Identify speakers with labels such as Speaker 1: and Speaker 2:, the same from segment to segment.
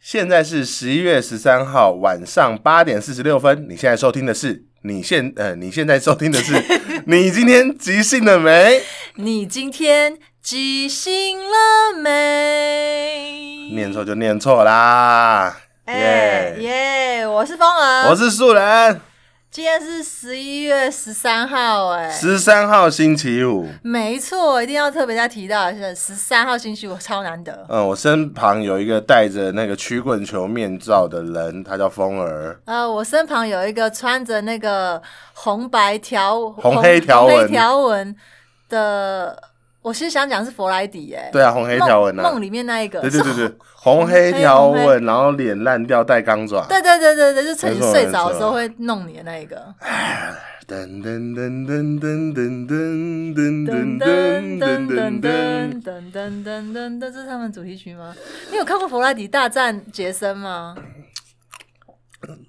Speaker 1: 现在是十一月十三号晚上八点四十六分，你现在收听的是。你现呃，你现在收听的是 你今天即兴了没？
Speaker 2: 你今天即兴了没？
Speaker 1: 念错就念错啦，
Speaker 2: 哎
Speaker 1: 耶！
Speaker 2: 耶！哎我是风儿，
Speaker 1: 我是素人，
Speaker 2: 今天是十一月十三号，哎，
Speaker 1: 十三号星期五。
Speaker 2: 没错，一定要特别再提到一下，十三号星期五超难得。
Speaker 1: 嗯，我身旁有一个戴着那个曲棍球面罩的人，他叫风儿。
Speaker 2: 呃，我身旁有一个穿着那个红白条
Speaker 1: 红黑条纹
Speaker 2: 红黑条纹的，我其实想讲是佛莱迪耶，
Speaker 1: 对啊，红黑条纹啊
Speaker 2: 哎梦，里面那一个，
Speaker 1: 对对对
Speaker 2: 是
Speaker 1: 对，红黑条
Speaker 2: 红黑
Speaker 1: 纹，然后脸烂掉，带钢爪。
Speaker 2: 对对对对对，就趁你
Speaker 1: 没错
Speaker 2: 睡着
Speaker 1: 没
Speaker 2: 的
Speaker 1: 错
Speaker 2: 时候会弄你的那一个，
Speaker 1: 噔噔噔噔噔噔噔噔
Speaker 2: 噔
Speaker 1: 噔噔噔
Speaker 2: 噔噔噔
Speaker 1: 噔噔。
Speaker 2: 噔噔噔噔噔，这是他们主题曲吗？你有看过《弗拉迪大战杰森》吗？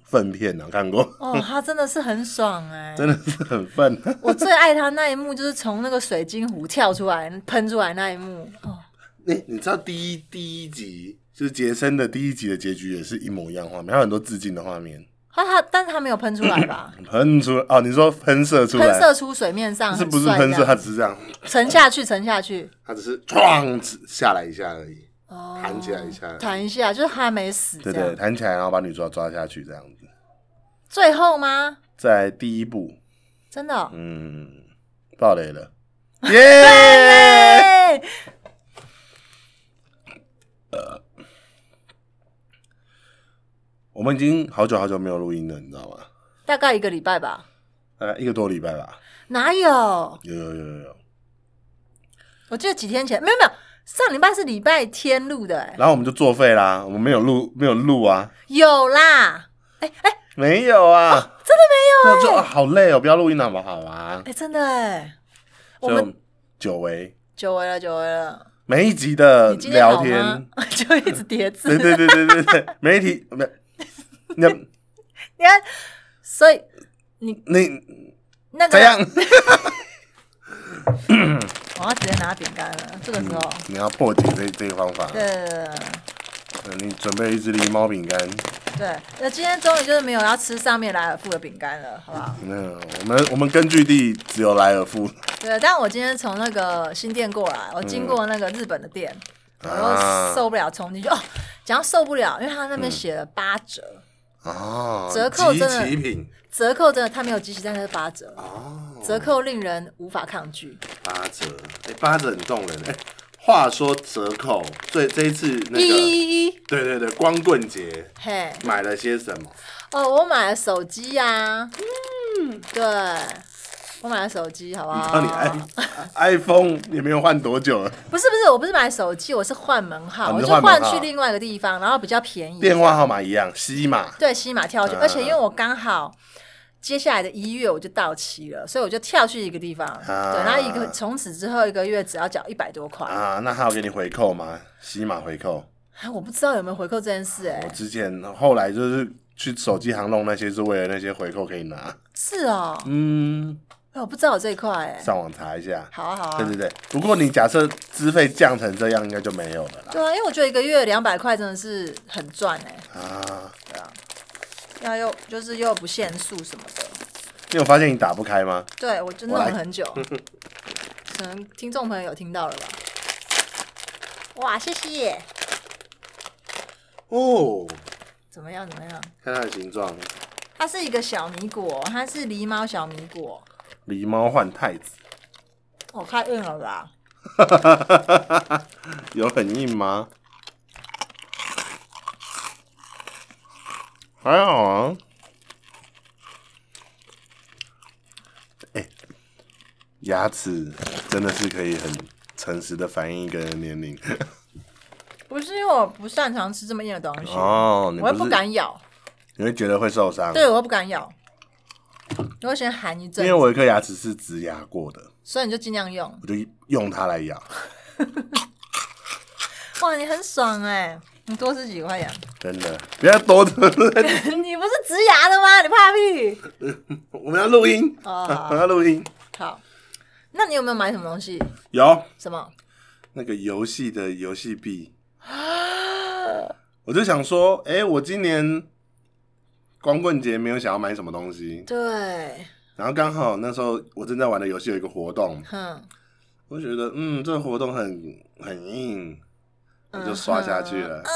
Speaker 1: 粪片啊，看过，
Speaker 2: 哦，他真的是很爽哎、
Speaker 1: 真的是很啊粪。
Speaker 2: 我最爱他那一幕就是从那个水晶湖跳出来喷出来那一幕，哦，
Speaker 1: 你你知道第一第一集就是杰森的第一集的结局也是一模一样的画面，还有很多致敬的画面，
Speaker 2: 他他但是他没有喷出来 吧？
Speaker 1: 喷出哦，你说喷射出来，嗯
Speaker 2: 喷射出水面上，
Speaker 1: 是不是
Speaker 2: 很帅
Speaker 1: 喷射？
Speaker 2: 这
Speaker 1: 它
Speaker 2: 样
Speaker 1: 只是这样，
Speaker 2: 沉下去，沉下去，
Speaker 1: 它只是撞下来一下而已，
Speaker 2: 哦
Speaker 1: 弹起来一下而已，
Speaker 2: 弹一下，就是他还没死，这
Speaker 1: 对
Speaker 2: 样
Speaker 1: 对，弹起来然后把女主角抓下去这样子，
Speaker 2: 最后吗？
Speaker 1: 在第一部，
Speaker 2: 真的哦、
Speaker 1: 嗯，爆雷了，耶！
Speaker 2: 哎
Speaker 1: 我们已经好久好久没有录音了，你知道吗？
Speaker 2: 大概一个礼拜吧，
Speaker 1: 大概一个多礼拜吧，
Speaker 2: 哪有？
Speaker 1: 有有有有有。
Speaker 2: 我记得几天前，没有没有，上礼拜是礼拜天录的、哎，
Speaker 1: 然后我们就作废啦，我们没有录，没有录啊，
Speaker 2: 有啦，哎、哎、
Speaker 1: 没有啊，
Speaker 2: 哦真的没有哎、
Speaker 1: 对啊，就啊好累哦，不要录音好不好啊
Speaker 2: 哎、？真的哎、我
Speaker 1: 就
Speaker 2: 们
Speaker 1: 久违，
Speaker 2: 久违了，久违了，
Speaker 1: 每一集的
Speaker 2: 你今天
Speaker 1: 呃聊
Speaker 2: 好吗
Speaker 1: 天，？
Speaker 2: 就一直叠字，
Speaker 1: 对对对对对对， 每一题没，那
Speaker 2: 你看，所以
Speaker 1: 你
Speaker 2: 那个
Speaker 1: 怎样？
Speaker 2: 我要直接拿饼干了，这个时候，
Speaker 1: 你要破解这这个方法，
Speaker 2: 对对对对
Speaker 1: 嗯你准备一支狸猫饼干。
Speaker 2: 对，那今天终于就是没有要吃上面莱尔富的饼干了，好不好？
Speaker 1: 嗯，我们我们根据地只有莱尔夫，
Speaker 2: 对，但我今天从那个新店过来，我经过那个日本的店，我
Speaker 1: 啊嗯
Speaker 2: 又受不了冲进去。哦，讲到受不了，因为他那边写了八折，
Speaker 1: 哦，
Speaker 2: 折扣真的
Speaker 1: 集齐品
Speaker 2: 折扣真的他没有机器，但是八折，
Speaker 1: 哦，
Speaker 2: 折扣令人无法抗拒。
Speaker 1: 八折，哎、八折很动人哎、话说折扣，最这一次那
Speaker 2: 一
Speaker 1: 个，
Speaker 2: 一一，
Speaker 1: 对对对，光棍节
Speaker 2: 嘿，
Speaker 1: 买了些什么？
Speaker 2: 哦，我买了手机啊，嗯，对，我买了手机，好不好？
Speaker 1: 嗯那你哎 i iPhone 也没有换多久了，
Speaker 2: 不是不是，我不是买手机，我是换门号，
Speaker 1: 啊
Speaker 2: 我
Speaker 1: 你是
Speaker 2: 就
Speaker 1: 换门
Speaker 2: 换
Speaker 1: 号
Speaker 2: 去另外一个地方，然后比较便宜。
Speaker 1: 电话号码一样，西码
Speaker 2: 对，西马跳去，
Speaker 1: 嗯
Speaker 2: 而且因为我刚好接下来的一月我就到期了，所以我就跳去一个地方，
Speaker 1: 啊
Speaker 2: 对，然后一个从此之后一个月只要缴一百多块、
Speaker 1: 啊，那还有给你回扣吗？西码回扣，
Speaker 2: 啊，我不知道有没有回扣这件事、
Speaker 1: 我
Speaker 2: 哎，
Speaker 1: 之前后来就是去手机行弄那些，是为了那些回扣可以拿。
Speaker 2: 是哦，
Speaker 1: 嗯，
Speaker 2: 哎我不知道有这一块、哎，
Speaker 1: 上网查一下。
Speaker 2: 好啊好
Speaker 1: 对
Speaker 2: 啊
Speaker 1: 对，对，不过你假设资费降成这样，应该就没有了啦。
Speaker 2: 对啊，因为我觉得一个月两百块真的是很赚哎、
Speaker 1: 啊，
Speaker 2: 对啊，要又就是又不限速什么的，
Speaker 1: 你有发现你打不开吗？
Speaker 2: 对我就弄
Speaker 1: 我来
Speaker 2: 了很 久，可能听众朋友有听到了吧？哇，谢谢，
Speaker 1: 哦，
Speaker 2: 怎么样怎么样？
Speaker 1: 看它的形状，
Speaker 2: 它是一个小米果，它是狸猫小米果。
Speaker 1: 狸猫换太子，
Speaker 2: 我太硬了吧？
Speaker 1: 有很硬吗？还好啊。哎、牙齿真的是可以很诚实的反映一个人的年龄
Speaker 2: 不是因为我不擅长吃这么硬的东西，
Speaker 1: 哦。你
Speaker 2: 我又
Speaker 1: 不
Speaker 2: 不
Speaker 1: 是，嗯
Speaker 2: 敢咬。
Speaker 1: 你会觉得会受伤。
Speaker 2: 对，我又不敢咬，我会先含一
Speaker 1: 因
Speaker 2: 阵
Speaker 1: 为，我有一颗牙齿是植牙过的，
Speaker 2: 所以你就尽量用。
Speaker 1: 我就用它来咬。
Speaker 2: 哇，你很爽哎、你多吃几块牙。
Speaker 1: 真的，不要多 的，
Speaker 2: 你不是植牙的吗？你怕屁？
Speaker 1: 我们要录音，
Speaker 2: 哦好
Speaker 1: 我们要录音。
Speaker 2: 好，那你有没有买什么东西？
Speaker 1: 有
Speaker 2: 什么？啊
Speaker 1: 那个游戏的游戏币，我就想说，哎、我今年光棍节没有想要买什么东西，
Speaker 2: 对，
Speaker 1: 然后刚好那时候我正在玩的游戏有一个活动，
Speaker 2: 哼，
Speaker 1: 我就觉得嗯，这个活动很很硬，我就刷下去了，
Speaker 2: 啊、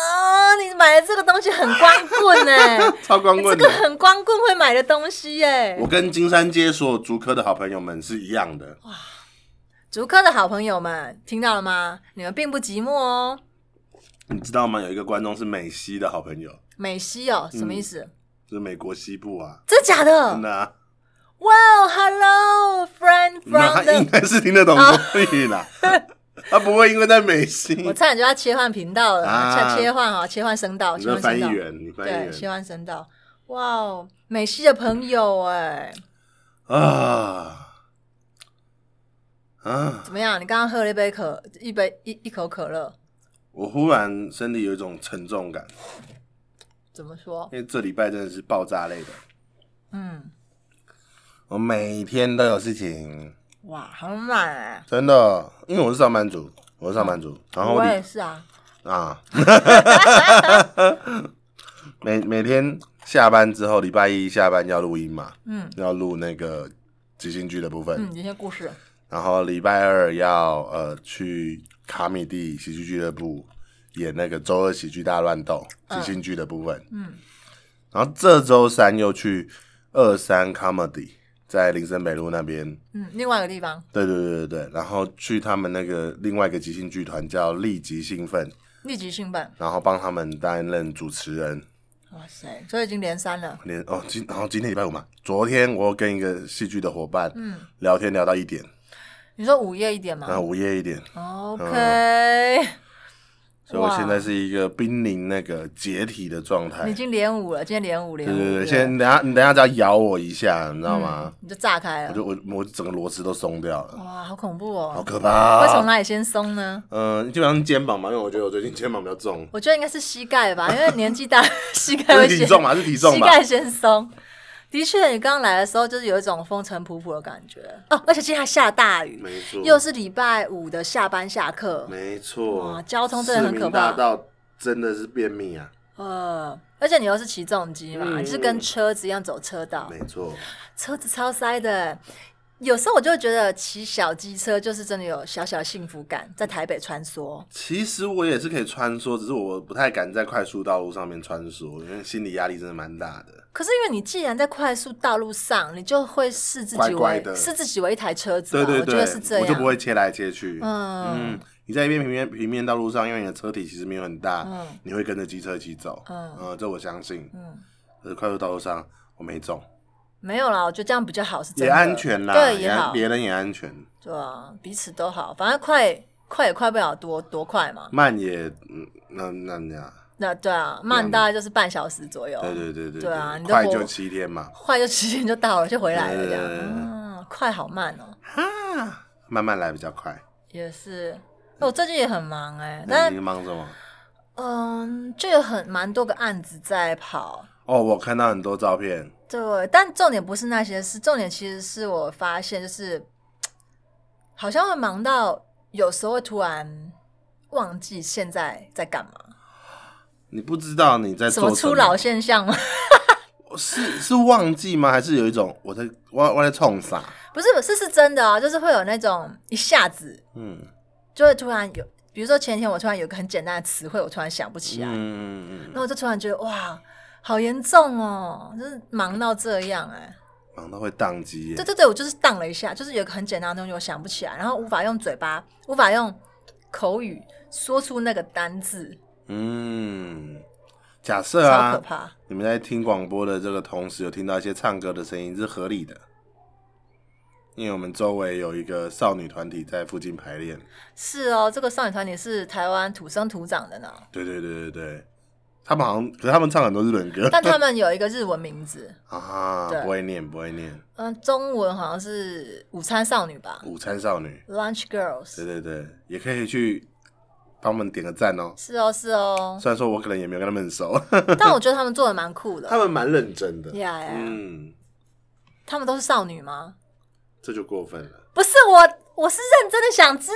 Speaker 2: 你买的这个东西很光棍哎、
Speaker 1: 超光
Speaker 2: 这
Speaker 1: 棍
Speaker 2: 个
Speaker 1: 的。
Speaker 2: 很 光棍会买的东西哎、
Speaker 1: 我跟金山街所有竹科的好朋友们是一样的，
Speaker 2: 竹科的好朋友们，听到了吗？你们并不寂寞哦。
Speaker 1: 你知道吗？有一个观众是美西的好朋友，
Speaker 2: 美西哦，什么意思？
Speaker 1: 就是美国西部啊，
Speaker 2: 真假
Speaker 1: 嗯
Speaker 2: 的
Speaker 1: 真？的、啊，
Speaker 2: 哇、h e l l o friend
Speaker 1: 那
Speaker 2: from
Speaker 1: 他应
Speaker 2: the，哦
Speaker 1: 该是听得懂国语 啦，他不会因为在美西，
Speaker 2: 我差点就要切换频道了，
Speaker 1: 啊
Speaker 2: 切切换哈，切换声道，
Speaker 1: 你
Speaker 2: 切
Speaker 1: 是
Speaker 2: 换
Speaker 1: 翻
Speaker 2: 声
Speaker 1: 译
Speaker 2: 道，
Speaker 1: 员，你翻译
Speaker 2: 对，切
Speaker 1: 员
Speaker 2: 换声道。哇哦，美西的朋友哎、
Speaker 1: 啊啊！
Speaker 2: 怎么样？你刚刚喝了一杯可一杯一一口可乐，
Speaker 1: 我忽然身体有一种沉重感，
Speaker 2: 怎么说？
Speaker 1: 因为这礼拜真的是爆炸类的，
Speaker 2: 嗯，
Speaker 1: 我每天都有事情，
Speaker 2: 哇，好满哎、
Speaker 1: 真的，因为我是上班族，我是上班族，然后
Speaker 2: 嗯我
Speaker 1: 我礼
Speaker 2: 也是啊，
Speaker 1: 啊， 每每天下班之后，礼拜一下班要录音嘛，
Speaker 2: 嗯
Speaker 1: 要录那个即兴剧的部分，
Speaker 2: 嗯，这些故事，
Speaker 1: 然后礼拜二要呃去卡米蒂喜剧俱乐部演那个周二喜剧大乱斗即兴剧的部分，
Speaker 2: 嗯
Speaker 1: 然后这周三又去二三 comedy 在林森北路那边，
Speaker 2: 嗯，另外一个地方，
Speaker 1: 对对对对对，然后去他们那个另外一个即兴剧团叫立即兴奋，
Speaker 2: 立即兴奋，
Speaker 1: 然后帮他们担任主持人。
Speaker 2: 哇塞，所以已经连三了，
Speaker 1: 连哦今然后今天礼拜五嘛，昨天我跟一个戏剧的伙伴
Speaker 2: 嗯，
Speaker 1: 聊天聊到一点，
Speaker 2: 你说午夜一点
Speaker 1: 然
Speaker 2: 吗
Speaker 1: 后午夜一点，
Speaker 2: ？OK，
Speaker 1: 嗯所以我
Speaker 2: 哇
Speaker 1: 现在是一个濒临那个解体的状态
Speaker 2: 你已。经连五了，今天连五连
Speaker 1: 对
Speaker 2: 五，
Speaker 1: 对对，
Speaker 2: 不
Speaker 1: 现在你等下你等下只要咬我一下，你知道吗？
Speaker 2: 你就炸开
Speaker 1: 我
Speaker 2: 了，
Speaker 1: 就我我整个螺丝都松掉了，
Speaker 2: 嗯哇，好恐怖
Speaker 1: 好
Speaker 2: 哦！
Speaker 1: 可怕。啊
Speaker 2: 会从哪里先松呢？
Speaker 1: 嗯、基本上是肩膀嘛，因为我觉得我最近肩膀比较重，
Speaker 2: 我觉得应该是膝盖吧，因为年纪大，膝盖
Speaker 1: 不
Speaker 2: 会
Speaker 1: 是体
Speaker 2: 先
Speaker 1: 重嘛，是体重
Speaker 2: 膝
Speaker 1: 吧？
Speaker 2: 盖先松。的确，你刚来的时候就是有一种风尘仆仆的感觉哦，而且今天还下大雨，
Speaker 1: 没错，
Speaker 2: 又是礼拜五的下班下课，
Speaker 1: 没错
Speaker 2: 哇，交通真的很可怕
Speaker 1: 市民大道真的是便秘啊，
Speaker 2: 呃，而且你又是起重机嘛，
Speaker 1: 嗯
Speaker 2: 你是跟车子一样走车道，
Speaker 1: 没错，
Speaker 2: 车子超塞的。有时候我就会觉得骑小机车就是真的有小小的幸福感，在台北穿梭。
Speaker 1: 其实我也是可以穿梭，只是我不太敢在快速道路上面穿梭，因为心理压力真的蛮大的。
Speaker 2: 可是因为你既然在快速道路上，你就会视自己为
Speaker 1: 乖乖的
Speaker 2: 视自己为一台车子
Speaker 1: 对
Speaker 2: 吧，
Speaker 1: 对
Speaker 2: 我
Speaker 1: 对，
Speaker 2: 觉得是这样。
Speaker 1: 就不会切来切去。
Speaker 2: 嗯
Speaker 1: 嗯，你在一边平面平面道路上，因为你的车体其实没有很大，
Speaker 2: 嗯
Speaker 1: 你会跟着机车一起走。
Speaker 2: 嗯
Speaker 1: 呃这我相信。
Speaker 2: 嗯，
Speaker 1: 可是快速道路上我没中，
Speaker 2: 没有啦，我觉得这样比较好，是真的
Speaker 1: 也安全啦，
Speaker 2: 对
Speaker 1: 也
Speaker 2: 也
Speaker 1: 安
Speaker 2: 好，
Speaker 1: 别人也安全，
Speaker 2: 对啊，彼此都好，反正快快也快不了多多快嘛。
Speaker 1: 慢也嗯，那那那样，
Speaker 2: 那对啊，慢大概就是半小时左右，
Speaker 1: 对对对对
Speaker 2: 对啊你都
Speaker 1: 快
Speaker 2: 活
Speaker 1: 就七天嘛，
Speaker 2: 快就时间就到了，就回来了这样。
Speaker 1: 对对对对
Speaker 2: 嗯，快好慢哦，
Speaker 1: 啊，慢慢来比较快。
Speaker 2: 也是。哦我最近也很忙哎、
Speaker 1: 那
Speaker 2: 但
Speaker 1: 你忙什么？
Speaker 2: 嗯，就有很蛮多个案子在跑。
Speaker 1: 哦，我看到很多照片，
Speaker 2: 对，但重点不是那些事，重点其实是我发现，就是好像会忙到有时候会突然忘记现在在干嘛，
Speaker 1: 你不知道你在
Speaker 2: 什
Speaker 1: 做
Speaker 2: 么初老现 象吗？
Speaker 1: 是是忘记吗？还是有一种我在我我在冲啥？
Speaker 2: 不是，是是真的啊，就是会有那种一下子
Speaker 1: 嗯
Speaker 2: 就会突然有，比如说前天我突然有一个很简单的词汇，我突然想不起来，
Speaker 1: 嗯嗯嗯，
Speaker 2: 然后我就突然觉得哇，好严重哦，就是忙到这样哎、
Speaker 1: 忙到会宕机耶。
Speaker 2: 对对对，我就是荡了一下，就是有一个很简单的东西我想不起来，然后无法用嘴巴，无法用口语说出那个单字，
Speaker 1: 嗯，假设
Speaker 2: 超可
Speaker 1: 啊，
Speaker 2: 怕。
Speaker 1: 你们在听广播的这个同时，有听到一些唱歌的声音是合理的，因为我们周围有一个少女团体在附近排练。
Speaker 2: 是哦，这个少女团体是台湾土生土长的呢，
Speaker 1: 对对对对对，他们好像，可是他们唱很多日本歌
Speaker 2: 但他们有一个日文名字，
Speaker 1: 啊
Speaker 2: 对，
Speaker 1: 不会念不会念。
Speaker 2: 嗯，中文好像是午餐少女吧
Speaker 1: 午餐少女，
Speaker 2: ，Lunch
Speaker 1: 对
Speaker 2: Girls。
Speaker 1: 对对，也可以去帮我们点个赞哦。
Speaker 2: 是哦，是哦，
Speaker 1: 虽然说我可能也没有跟他们很熟，
Speaker 2: 但我觉得他们做的蛮酷的。
Speaker 1: 他们蛮认真的。
Speaker 2: 呀呀，
Speaker 1: 嗯，
Speaker 2: 他们都是少女吗？
Speaker 1: 这就过分了。
Speaker 2: 不是我，我是认真的想知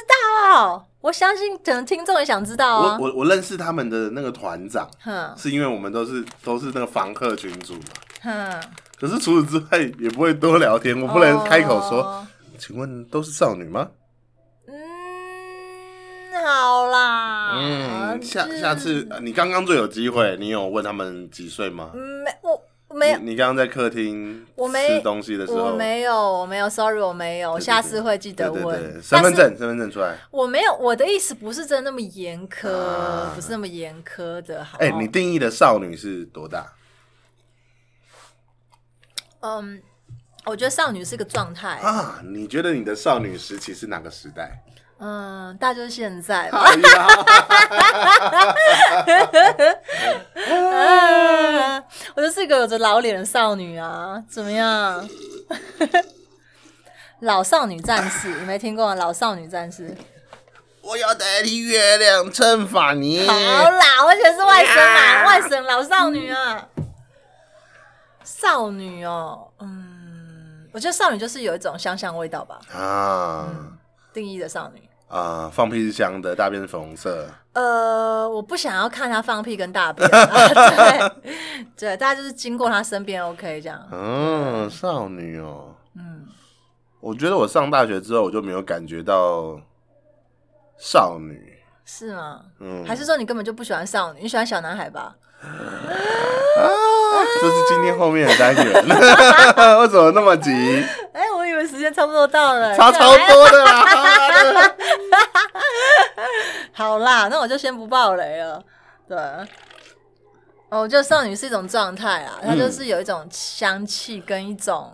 Speaker 2: 道。我相信可能听众也想知道
Speaker 1: 我
Speaker 2: 啊。
Speaker 1: 我我认识他们的那个团长，
Speaker 2: 哼
Speaker 1: 是因为我们都是都是那个房客群主嘛。
Speaker 2: 哼，
Speaker 1: 可是除此之外也不会多聊天，我不能开口说，
Speaker 2: 哦
Speaker 1: 请问都是少女吗？
Speaker 2: 嗯，好啦，
Speaker 1: 嗯，下
Speaker 2: 就是
Speaker 1: 下次呃你刚刚最有机会，你有问他们几岁吗？
Speaker 2: 嗯没我没有
Speaker 1: 你你刚刚在客厅
Speaker 2: 我没
Speaker 1: 吃东西的时
Speaker 2: 我
Speaker 1: 候，
Speaker 2: 没有我没有，sorry，我没有，
Speaker 1: 对对
Speaker 2: 下次会记
Speaker 1: 对
Speaker 2: 得
Speaker 1: 对
Speaker 2: 问。
Speaker 1: 对，身
Speaker 2: 但
Speaker 1: 份
Speaker 2: 是哦
Speaker 1: 证身份证出来。
Speaker 2: 我没有，我的意思不是真的那么严苛，
Speaker 1: 啊
Speaker 2: 不是那么严苛的。好，
Speaker 1: 哎、你定义的少女是多大？
Speaker 2: 嗯，我觉得少女是个状态，
Speaker 1: 啊，你觉得你的少女时期是哪个时 代？
Speaker 2: 嗯，大就是现在吧。
Speaker 1: 哎呀，
Speaker 2: 啊 我就是个有着老脸的少女啊，怎么样？ 老少女战士，你没听过吗老少女战士？
Speaker 1: 我要代替月亮惩罚你。
Speaker 2: 好啦，完全是外省
Speaker 1: 呀
Speaker 2: 啦，外省老少女啊，少女哦，嗯，我觉得少女就是有一种香香味道吧，
Speaker 1: 啊
Speaker 2: 定义的少女。
Speaker 1: 啊，放屁是香的，大便是粉红色。
Speaker 2: 呃，我不想要看她放屁跟大 便啊，对对，大家就是经过她身边，OK 这样，
Speaker 1: 嗯，少女哦，
Speaker 2: 嗯，
Speaker 1: 我觉得我上大学之后我就没有感觉到少女。
Speaker 2: 是吗？
Speaker 1: 嗯，
Speaker 2: 还是说你根本就不喜欢少女，你喜欢小男孩吧？
Speaker 1: 啊，这是今天后面的单元， 为什么那么急？
Speaker 2: 哎、我以为时间差不多到了，
Speaker 1: 差超多的啦！
Speaker 2: 好啦，那我就先不爆雷了。对，哦，就少女是一种状态
Speaker 1: 嗯
Speaker 2: 啊，它就是有一种香气跟一种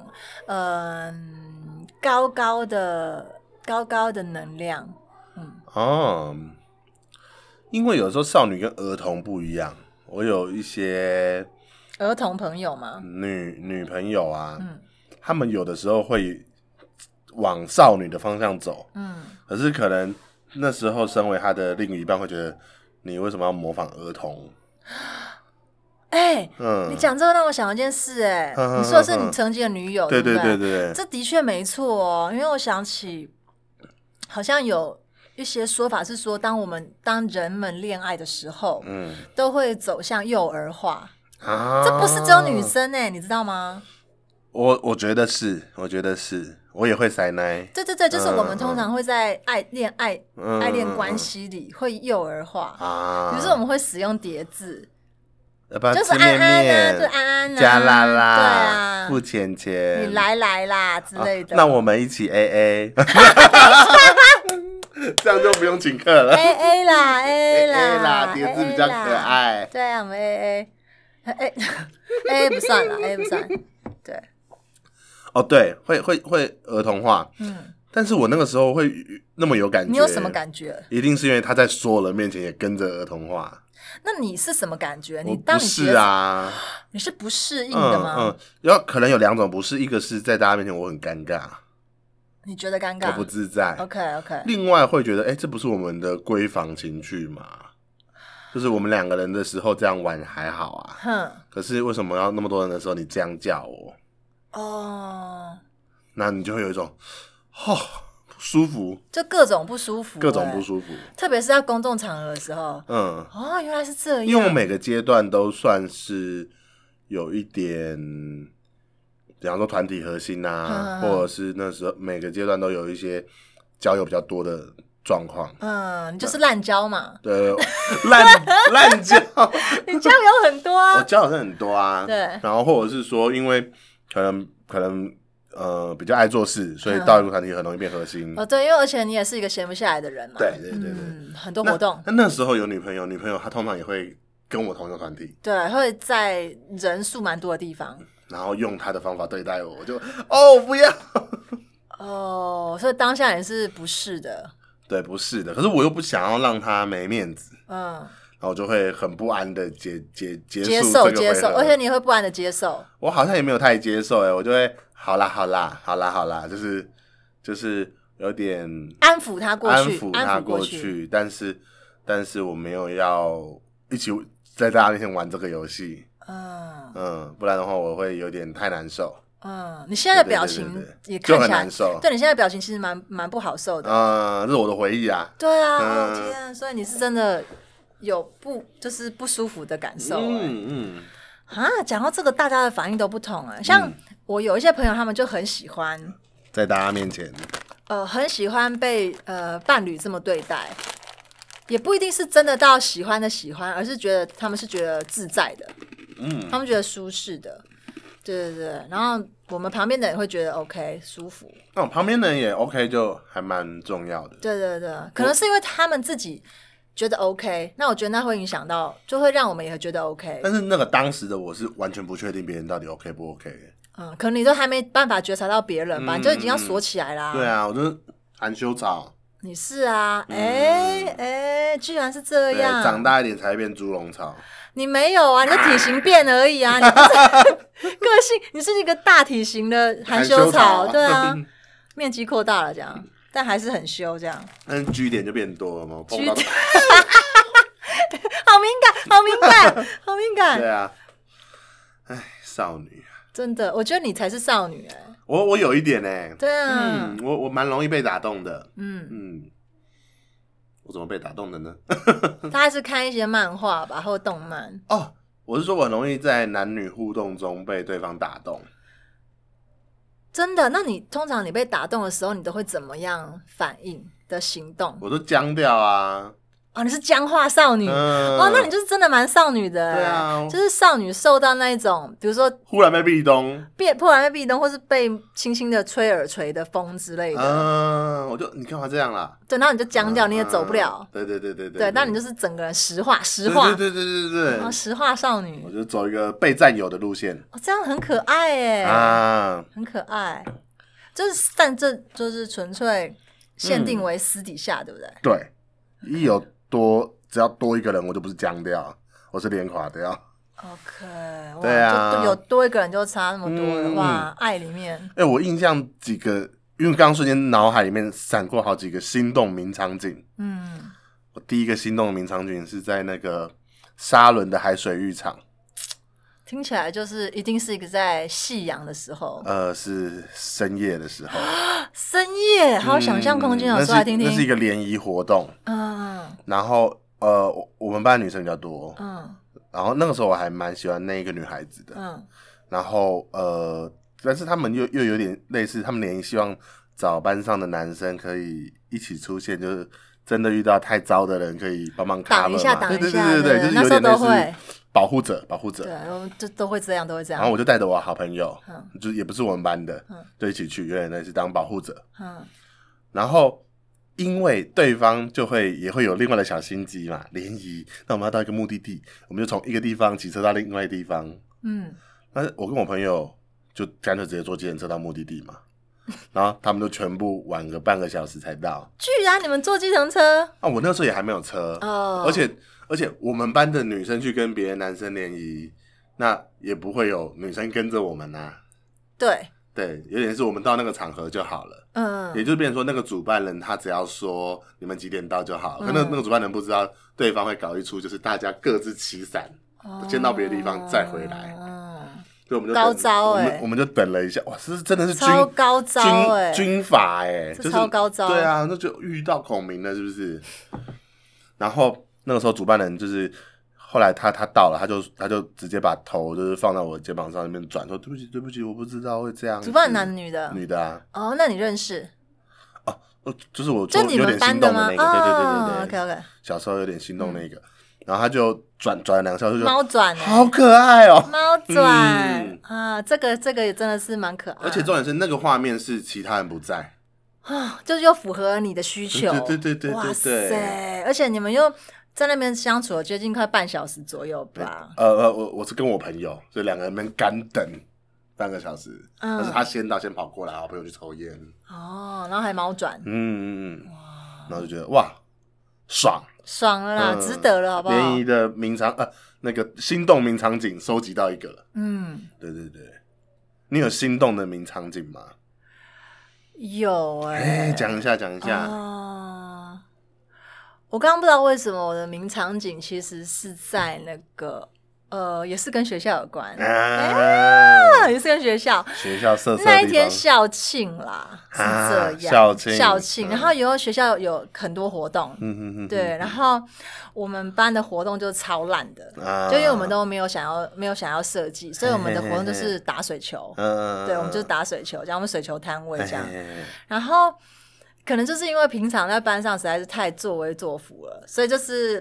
Speaker 2: 嗯、高高的高高的能量。
Speaker 1: 哦，因为有时候少女跟儿童不一样，我有一些
Speaker 2: 儿童朋友嘛，
Speaker 1: 女女朋友啊，
Speaker 2: 嗯
Speaker 1: 她们有的时候会往少女的方向走，
Speaker 2: 嗯，
Speaker 1: 可是可能那时候身为她的另一半会觉得你为什么要模仿儿童？
Speaker 2: 哎、
Speaker 1: 嗯，
Speaker 2: 你讲这个让我想到一件事、哎、
Speaker 1: 嗯嗯
Speaker 2: 你说的是
Speaker 1: 嗯
Speaker 2: 你
Speaker 1: 嗯
Speaker 2: 曾经的女友，
Speaker 1: 对
Speaker 2: 对
Speaker 1: 对
Speaker 2: 不
Speaker 1: 对对，
Speaker 2: 这的确没错哦，因为我想起，好像有一些说法是说，当我们当人们恋爱的时候，
Speaker 1: 嗯
Speaker 2: 都会走向幼儿化，
Speaker 1: 啊，
Speaker 2: 这不是只有女，生哎、你知道吗？
Speaker 1: 我我觉得是，我觉得是，我也会塞奶，
Speaker 2: 对对对，就是我
Speaker 1: 嗯
Speaker 2: 们
Speaker 1: 嗯
Speaker 2: 通常会在爱恋爱、
Speaker 1: 嗯
Speaker 2: 爱恋关系里会幼儿化，
Speaker 1: 啊，
Speaker 2: 比如说我们会使用叠字，
Speaker 1: 要不要
Speaker 2: 就是
Speaker 1: 吃
Speaker 2: 安
Speaker 1: 面
Speaker 2: 安啊，
Speaker 1: 面
Speaker 2: 就安安啊，
Speaker 1: 加啦啦，
Speaker 2: 对啊，
Speaker 1: 付钱钱，啊
Speaker 2: 你来来啦之类的。
Speaker 1: 那我们一起 A A，这样就不用请客了。
Speaker 2: A A 啦 A A 啦
Speaker 1: 啦，叠字比较可
Speaker 2: AA 啦
Speaker 1: 爱。
Speaker 2: 对啊，我们 A A A A 不算了，A 不算。对，
Speaker 1: 哦，对，会会会儿童化，
Speaker 2: 嗯，
Speaker 1: 但是我那个时候会那么有感觉，
Speaker 2: 你有什么？感觉？
Speaker 1: 一定是因为他在所有人面前也跟着儿童化。那
Speaker 2: 那你是什么感觉？
Speaker 1: 我
Speaker 2: 呃你当
Speaker 1: 不
Speaker 2: 你
Speaker 1: 是啊，
Speaker 2: 觉得，你是不适应的
Speaker 1: 嗯
Speaker 2: 吗？
Speaker 1: 嗯，有可能有两种不是，一个是在大家面前我很尴尬，
Speaker 2: 你觉得尴
Speaker 1: 我
Speaker 2: 尬哦
Speaker 1: 不自在。
Speaker 2: ？OK OK，
Speaker 1: 另外会觉得，哎、这不是我们的闺房情趣嘛？就是我们两个人的时候这样玩还好啊，
Speaker 2: 哼，
Speaker 1: 可是为什么要那么多人的时候你这样叫我？
Speaker 2: 哦，
Speaker 1: 那你就会有一种，哦，不舒服，
Speaker 2: 就各种不舒服，
Speaker 1: 各种不舒服。
Speaker 2: 服，特别是在公众场合的时候。
Speaker 1: 嗯，
Speaker 2: 哦，原来是这样。
Speaker 1: 因为我每个阶段都算是有一点，比方说团体核心啊，
Speaker 2: 嗯嗯嗯
Speaker 1: 或者是那时候每个阶段都有一些交友比较多的状况。
Speaker 2: 嗯，你就是滥 交嘛，
Speaker 1: 对，烂烂交，
Speaker 2: 你交友很多
Speaker 1: 我
Speaker 2: 啊。
Speaker 1: 交友是很多啊，
Speaker 2: 对
Speaker 1: 然后或者是说，因为可能可能呃比较爱做事，所以到一个团体很容易变核心。
Speaker 2: 嗯哦，对，因为而且你也是一个闲不下来的人嘛。
Speaker 1: 对对对对
Speaker 2: 嗯，很多活动。
Speaker 1: 那那时候有女朋友，女朋友她通常也会跟我同一个团体，
Speaker 2: 对，会在人数蛮多的地方
Speaker 1: 然后用她的方法对待我，我就哦不要。
Speaker 2: 哦，所以当下也是不适的，
Speaker 1: 对，不是的，可是我又不想要让她没面子，
Speaker 2: 嗯，
Speaker 1: 然后我就会很不安的结结结
Speaker 2: 接
Speaker 1: 束
Speaker 2: 受
Speaker 1: 这个
Speaker 2: 接
Speaker 1: 回
Speaker 2: 受，
Speaker 1: 合。
Speaker 2: 而且你会不安的接受，
Speaker 1: 我好像也没有太接受哎、我就会好啦好啦好啦好啦，就是就是有点
Speaker 2: 安抚他过
Speaker 1: 安
Speaker 2: 去，
Speaker 1: 抚
Speaker 2: 安
Speaker 1: 他
Speaker 2: 抚过去，
Speaker 1: 去，但是但是我没有要一起在大家面前玩这个游戏，
Speaker 2: 嗯，
Speaker 1: 嗯，不然的话我会有点太难受。
Speaker 2: 嗯，你现在的
Speaker 1: 对对
Speaker 2: 表
Speaker 1: 对对
Speaker 2: 情
Speaker 1: 对
Speaker 2: 也
Speaker 1: 就
Speaker 2: 看
Speaker 1: 很
Speaker 2: 起来
Speaker 1: 难，受
Speaker 2: 对你现在的表情其实蛮蛮不好受的。
Speaker 1: 啊、这是我的回忆啊。
Speaker 2: 对啊，哦
Speaker 1: 嗯
Speaker 2: 天啊，所以你是真的有不就是不舒服的感受、欸
Speaker 1: 嗯嗯，
Speaker 2: 啊？讲到这个，大家的反应都不同哎、
Speaker 1: 嗯
Speaker 2: 像我有一些朋友，他们就很喜欢，
Speaker 1: 在大家面前，
Speaker 2: 呃，很喜欢被呃伴侣这么对待，也不一定是真的到喜欢的喜欢，而是觉得他们是觉得自在的，
Speaker 1: 嗯，
Speaker 2: 他们觉得舒适的，对对对。然后我们旁边的人会觉得 OK 舒服，
Speaker 1: 那我旁边的人也 OK，就还蛮重要的。
Speaker 2: 对对对，可能是因为他们自己觉得 OK，那我觉得那会影响到，就会让我们也觉得 OK。
Speaker 1: 但是那个当时的我是完全不确定别人到底 OK 不 OK。
Speaker 2: 嗯，可能你都还没办法觉察到别人吧，
Speaker 1: 嗯
Speaker 2: 你就已经要锁起来啦。
Speaker 1: 对，啊，我就是含羞草，
Speaker 2: 你是啊，哎、哎、居然是这
Speaker 1: 对，
Speaker 2: 样，
Speaker 1: 长大一点才变猪笼草。
Speaker 2: 你没有啊，你的体型变而 已啊，你不是个性，你是一个大体型的含羞
Speaker 1: 含羞 草
Speaker 2: 对啊，面积扩大了这样，但还是很羞这样，
Speaker 1: 但是 G 点就变多了嘛，碰到
Speaker 2: G 好敏感，好敏 感，好敏
Speaker 1: 对
Speaker 2: 感，
Speaker 1: 啊，哎，少女，
Speaker 2: 真的，我觉得你才是少女哎、
Speaker 1: 我我有一点呢、
Speaker 2: 对啊，
Speaker 1: 嗯，我我蛮容易被打动的，
Speaker 2: 嗯，
Speaker 1: 嗯，我怎么被打动的呢？
Speaker 2: 他嗯还是看一些漫画吧，或动漫，
Speaker 1: 哦，我是说我很容易在男女互动中被对方打动。
Speaker 2: 真的。那你通常你被打动的时候，你都会怎么样反应的行动？
Speaker 1: 我都僵掉啊。
Speaker 2: 哦，你是僵化少女。
Speaker 1: 嗯，
Speaker 2: 哦，那你就是真的蛮少女的、欸，
Speaker 1: 对啊
Speaker 2: 就是少女受到那一种，比如说
Speaker 1: 忽然被壁咚，
Speaker 2: 被突然被壁咚，或是被轻轻的吹耳垂的风之类的，
Speaker 1: 嗯，我就你干嘛这样啦？
Speaker 2: 对，然后你就僵掉，你也走不了
Speaker 1: 嗯，对对对对对
Speaker 2: 对，那你就是是啊整个人石化，石化，
Speaker 1: 对对对对对
Speaker 2: 然后
Speaker 1: 对，
Speaker 2: 石化少
Speaker 1: 我
Speaker 2: 女，
Speaker 1: 就走一个被占有的路线
Speaker 2: 哦，这样很可爱哎，
Speaker 1: 啊。
Speaker 2: 很可爱，就是但这就是纯粹限定为私底下，对不对？
Speaker 1: 对，一有多只要多一个人，我就不是僵掉，我是脸垮掉。
Speaker 2: 嗯 OK，哇
Speaker 1: 对啊
Speaker 2: 就有多一个人就差那么多的
Speaker 1: 嗯
Speaker 2: 话，爱里面
Speaker 1: 哎、我印象几个，因为刚刚瞬间脑海里面闪过好几个心动名场景。
Speaker 2: 嗯，
Speaker 1: 我第一个心动的名场景是在那个沙伦的海水浴场，
Speaker 2: 听起来就是一定是一个在夕阳的时候，
Speaker 1: 呃，是深夜的时候。
Speaker 2: 深夜，好有想象空间哦，说来
Speaker 1: 嗯
Speaker 2: 听
Speaker 1: 那是。那是一
Speaker 2: 听，
Speaker 1: 个联谊活动，
Speaker 2: 嗯
Speaker 1: 然后呃，我我们班女生比较多，
Speaker 2: 嗯
Speaker 1: 然后那个时候我还蛮喜欢那一个女孩子的，
Speaker 2: 嗯。
Speaker 1: 然后呃，但是他们又又有点类似，他们联谊希望找班上的男生可以一起出现，就是。真的遇到太糟的人，可以帮忙 cover
Speaker 2: 挡一下
Speaker 1: 嘛
Speaker 2: 挡一
Speaker 1: 对对
Speaker 2: 下
Speaker 1: 对
Speaker 2: 对
Speaker 1: 对
Speaker 2: 对
Speaker 1: 就是
Speaker 2: 那
Speaker 1: 有
Speaker 2: 时候
Speaker 1: 点
Speaker 2: 都
Speaker 1: 类
Speaker 2: 会
Speaker 1: 似保护者，保护者。
Speaker 2: 对，我们就都会这样，都会这
Speaker 1: 然后
Speaker 2: 样。
Speaker 1: 我就带着我好朋友，
Speaker 2: 嗯
Speaker 1: 就也不是我们班的，
Speaker 2: 嗯
Speaker 1: 就一起去，有点类似当保护者。
Speaker 2: 嗯，
Speaker 1: 然后因为对方就会也会有另外的小心机嘛，联谊，那我们要到一个目的地，我们就从一个地方骑车到另外一个地方。
Speaker 2: 嗯，
Speaker 1: 但是我跟我朋友就干脆直接坐计程车到目的地嘛，然后他们就全部晚个半个小时才到。
Speaker 2: 居然你们坐计程车
Speaker 1: 啊，我那时候也还没有车，
Speaker 2: 哦，
Speaker 1: 呃而且而且我们班的女生去跟别的男生联谊，那也不会有女生跟着我们呐、
Speaker 2: 对，
Speaker 1: 对，有点是我们到那个场合就好了。也
Speaker 2: 嗯，
Speaker 1: 就是变成说，那个主办人他只要说你们几点到就好，可
Speaker 2: 嗯
Speaker 1: 那那个主办人不知道对方会搞一出，就是大家各自起伞，先到别的地方再回来
Speaker 2: 嗯，
Speaker 1: 所以我们就
Speaker 2: 高
Speaker 1: 等
Speaker 2: 招
Speaker 1: 我
Speaker 2: 欸
Speaker 1: 们我们就等了一下，哇，这是真的是军
Speaker 2: 超高招哎，
Speaker 1: 军军法哎、就
Speaker 2: 这
Speaker 1: 是
Speaker 2: 超高招
Speaker 1: 对啊，那就遇到孔明了是不是？然后那个时候主办人就是后来他他到了，他就他就直接把头就是放到我肩膀上那边转，说对不起对不起，我不知道会这样子。
Speaker 2: 主办男女的
Speaker 1: 女的啊，
Speaker 2: 哦，那你认识？
Speaker 1: 哦，就是我
Speaker 2: 就
Speaker 1: 说
Speaker 2: 你
Speaker 1: 有
Speaker 2: 们
Speaker 1: 点心
Speaker 2: 班
Speaker 1: 动
Speaker 2: 吗？
Speaker 1: 那个，
Speaker 2: 哦
Speaker 1: 对对对对对。
Speaker 2: ，OK OK，
Speaker 1: 小时候有点心动那个，然后他就转转了两下，就
Speaker 2: 嗯猫
Speaker 1: 说
Speaker 2: 转欸，
Speaker 1: 好可爱哦、
Speaker 2: 猫转
Speaker 1: 嗯
Speaker 2: 啊，这个这个也真的是蛮可爱，
Speaker 1: 而且重点是那个画面是其他人不在，
Speaker 2: 啊，就是又符合你的需求，
Speaker 1: 对对对对对
Speaker 2: 哇
Speaker 1: 对对
Speaker 2: 塞！而且你们又在那边相处了接近快半小时左右吧，
Speaker 1: 呃呃，我我是跟我朋友，所以两个人们干等半个小时，
Speaker 2: 嗯
Speaker 1: 但是他先到，先跑过来，然后我朋友去抽烟，
Speaker 2: 哦，然后还猫转，
Speaker 1: 嗯嗯嗯，然后就觉得哇爽，
Speaker 2: 爽了啦，
Speaker 1: 嗯
Speaker 2: 值得了，好不好
Speaker 1: 联谊？的名场呃那个心动名场景收集到一个了，
Speaker 2: 嗯，
Speaker 1: 对对对，你有心动的名场景吗？
Speaker 2: 有
Speaker 1: 哎、
Speaker 2: 哎，
Speaker 1: 讲一下讲一下，
Speaker 2: 哦我刚刚不知道为什么我的名场景其实是在那个呃，也是跟学校有关，哎
Speaker 1: 啊，
Speaker 2: 啊也是跟学校。
Speaker 1: 学校色色
Speaker 2: 那一
Speaker 1: 的地
Speaker 2: 天
Speaker 1: 方，
Speaker 2: 校庆啦，是
Speaker 1: 啊
Speaker 2: 这样。
Speaker 1: 校庆嗯
Speaker 2: 然后以后学校有很多活动，
Speaker 1: 嗯哼哼，
Speaker 2: 对，然后我们班的活动就超烂的，
Speaker 1: 啊，
Speaker 2: 就因为我们都没有想要没有想要设计，所以我们的活动就
Speaker 1: 嘿嘿
Speaker 2: 是打水球，
Speaker 1: 嗯，嗯，哎
Speaker 2: 对，我们就
Speaker 1: 打
Speaker 2: 打水球，然后我们水球摊位这样，
Speaker 1: 样，
Speaker 2: 然后可能就是因为平常在班上实在是太作威作福了，所以就是啊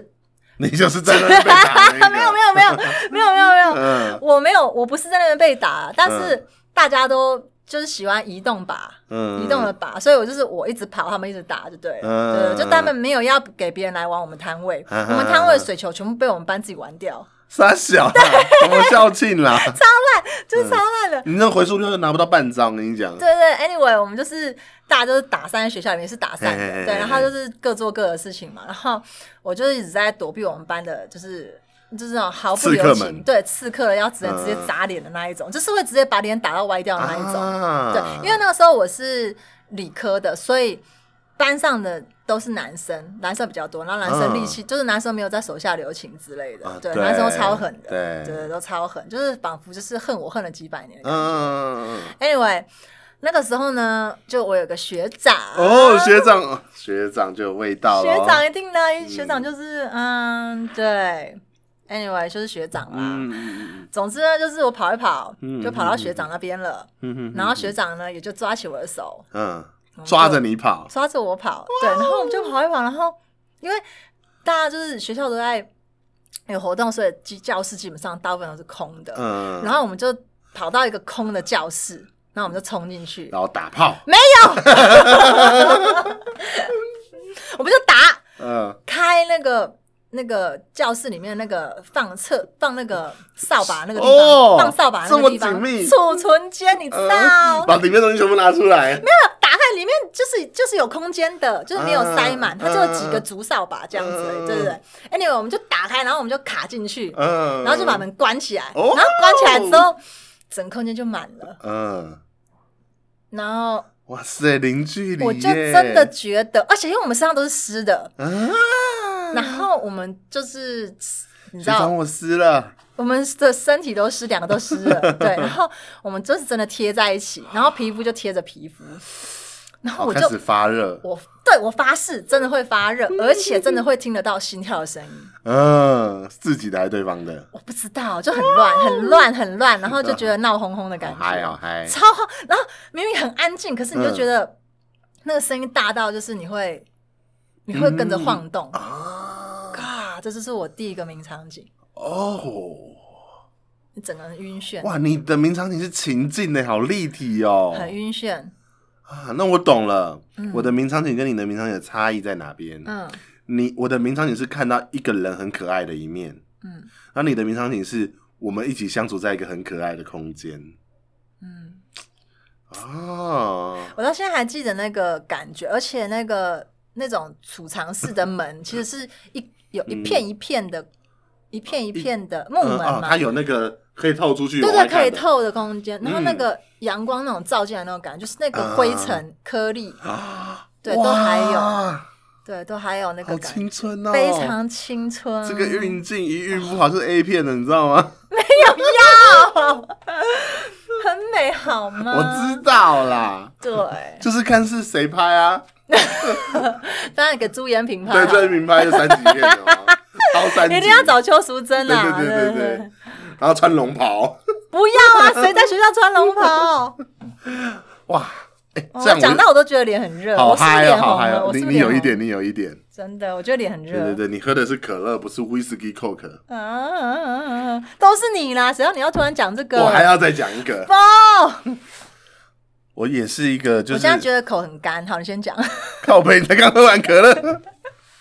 Speaker 1: 你就是在那边被打的那个
Speaker 2: 没有没有没有没有没有没有，
Speaker 1: 嗯
Speaker 2: 我没有，我不是在那边被打，但是大家都就是喜欢移动靶，
Speaker 1: 嗯，
Speaker 2: 移动了靶，所以我就是我一直跑，他们一直打就对了，
Speaker 1: 嗯
Speaker 2: 对，就他们没有要给别人来玩我们摊位，
Speaker 1: 嗯
Speaker 2: 我们摊位的水球全部被我们班自己玩掉，
Speaker 1: 傻小啊，什么校庆啦？ 嗯
Speaker 2: 就是超烂的。
Speaker 1: 你那回数就拿不到半张，我跟你讲，
Speaker 2: 对对，anyway，我们就是大家就是打散，在学校里面是打散
Speaker 1: 嘿嘿嘿
Speaker 2: 的，对，然后就是各做各的事情嘛，然后我就一直在躲避我们班的，就是。就是那种毫不
Speaker 1: 刺
Speaker 2: 留
Speaker 1: 客
Speaker 2: 情，
Speaker 1: 们
Speaker 2: 对刺客了，要直接
Speaker 1: 嗯
Speaker 2: 直接砸脸的那一种，就是会直接把脸打到歪掉的那一种。
Speaker 1: 啊
Speaker 2: 对，因为那个时候我是理科的，所以班上的都是男生，男生比较多，然后男生力气、就是男生没有在手下留情之类的，
Speaker 1: 嗯啊
Speaker 2: 对，
Speaker 1: 对
Speaker 2: 男生都超狠的，
Speaker 1: 对
Speaker 2: 对，都超狠，就是仿佛就是恨我恨了几百年
Speaker 1: 嗯。嗯嗯嗯
Speaker 2: anyway，那个时候呢，就我有个学长，
Speaker 1: 哦，学长，学长就有味道了。
Speaker 2: 啊学长，一定的，学长就是嗯对，anyway 就是学长啦。
Speaker 1: 嗯嗯
Speaker 2: 总之呢，就是我跑一跑，
Speaker 1: 嗯
Speaker 2: 就跑到学长那边了，
Speaker 1: 嗯嗯，
Speaker 2: 然后学长呢也就抓起我的手，
Speaker 1: 嗯
Speaker 2: 我们就
Speaker 1: 抓着你跑，
Speaker 2: 抓着我跑，对，然后我们就跑一跑，然后因为大家就是学校都在有活动，所以基教室基本上大部分都是空的，
Speaker 1: 嗯，
Speaker 2: 然后我们就跑到一个空的教室，然后我们就冲进去，
Speaker 1: 然后打炮，
Speaker 2: 我们就打
Speaker 1: 嗯，
Speaker 2: 开那个。那个教室里面那个放厕放那个扫把那个地方，
Speaker 1: 哦
Speaker 2: 放扫把那
Speaker 1: 这
Speaker 2: 个
Speaker 1: 么
Speaker 2: 地方
Speaker 1: 紧，密呃
Speaker 2: 储存间你知道？
Speaker 1: 嗯把里面东西全部拿出来，
Speaker 2: 打开里面就是就是有空间的，就是没有塞满，
Speaker 1: 嗯
Speaker 2: 它就有几个竹扫把这样子而
Speaker 1: 嗯
Speaker 2: 已，对不对？Anyway，我们就打开，然后我们就卡进去，
Speaker 1: 嗯，
Speaker 2: 然后就把，门关起来，然后
Speaker 1: 哦
Speaker 2: 关起来之后，整个空间就满了。
Speaker 1: 嗯，
Speaker 2: 然后
Speaker 1: 哇塞，零距离耶，
Speaker 2: 我就真的觉得，而且因为我们身上都是湿的，
Speaker 1: 啊，
Speaker 2: 然后我们就是你
Speaker 1: 学
Speaker 2: 知道
Speaker 1: 长，我湿了，
Speaker 2: 我们的身体都湿，两个都湿 了，对，然后我们就是真的贴在一起，然后皮肤就贴着皮肤，然
Speaker 1: 好
Speaker 2: 后我
Speaker 1: 哦开
Speaker 2: 就
Speaker 1: 始发热，
Speaker 2: 我对我发誓，真的会发热，而且真的会听得到心跳的声音。
Speaker 1: 嗯，自己的还是对方的，哦
Speaker 2: 我不知道，就很乱，很乱，很乱，然后就觉得闹哄哄的感
Speaker 1: 嗯好
Speaker 2: 觉，
Speaker 1: 嗨啊好嗨，
Speaker 2: 超好。然后明明很安静，可是你就觉
Speaker 1: 嗯
Speaker 2: 得那个声音大到，就是你会，你会跟着晃动。
Speaker 1: 啊，
Speaker 2: 嘎，这就是我第一个名场景，
Speaker 1: 哦，
Speaker 2: 你整个人晕眩，
Speaker 1: 哇，你的名场景是情境呢，好立体哦，
Speaker 2: 很晕眩。
Speaker 1: 啊，那我懂了。我的名场景跟你的名场景的差异在哪边？
Speaker 2: 嗯
Speaker 1: 你我的名场景是看到一个人很可爱的一面，
Speaker 2: 嗯
Speaker 1: 那你的名场景是我们一起相处在一个很可爱的空间。
Speaker 2: 嗯，
Speaker 1: 啊哦，
Speaker 2: 我到现在还记得那个感觉，而且那个那种储藏室的门，其实是一有一片一片的，一片一片的木门
Speaker 1: 嗯哦，
Speaker 2: 嘛，
Speaker 1: 它有那个可以透出去，
Speaker 2: 对
Speaker 1: 往
Speaker 2: 对，
Speaker 1: 外看
Speaker 2: 可以
Speaker 1: 的。
Speaker 2: 透的空间，然后
Speaker 1: 嗯
Speaker 2: 那个阳光那种照进来那种感觉，就是那个灰尘颗粒，
Speaker 1: 啊，
Speaker 2: 对都还有
Speaker 1: 哇
Speaker 2: 对，都还有那个
Speaker 1: 好
Speaker 2: 感觉，
Speaker 1: 青春哦，
Speaker 2: 非。常青春。
Speaker 1: 这个运镜一运不好就是 A 片的，你知道吗？
Speaker 2: 很美好吗？
Speaker 1: 我知道啦，
Speaker 2: 对，
Speaker 1: 就是看是谁拍啊。
Speaker 2: 当然给朱延平拍
Speaker 1: 对，
Speaker 2: 啦，
Speaker 1: 这明拍就三级片 哦，超三级。
Speaker 2: 一定要找邱淑贞啊！
Speaker 1: 对对对对对，然后穿龙袍，
Speaker 2: 不要啊！谁在学校穿龙袍？
Speaker 1: 哇！哎、
Speaker 2: 哦
Speaker 1: 这样
Speaker 2: 我
Speaker 1: 我
Speaker 2: 讲到我都觉得脸很热，
Speaker 1: 好
Speaker 2: 我是不是
Speaker 1: 嗨哦，
Speaker 2: 脸
Speaker 1: 好
Speaker 2: 红
Speaker 1: 嗨
Speaker 2: 了？
Speaker 1: 哦！
Speaker 2: 我
Speaker 1: 你
Speaker 2: 是不是
Speaker 1: 你有
Speaker 2: 脸
Speaker 1: 一
Speaker 2: 红
Speaker 1: 点，你有一点，
Speaker 2: 真的，我觉得脸很
Speaker 1: 对
Speaker 2: 热。
Speaker 1: 对对，你喝的是可乐，不是 whisky coke。
Speaker 2: 啊啊啊啊啊都是你啦！谁让你要突然讲这个？
Speaker 1: 我还要再讲一个，
Speaker 2: 哦！
Speaker 1: 我也是一个，就
Speaker 2: 我
Speaker 1: 是
Speaker 2: 现在觉得口很干。好，你先讲，
Speaker 1: 靠背，你才刚喝完可乐。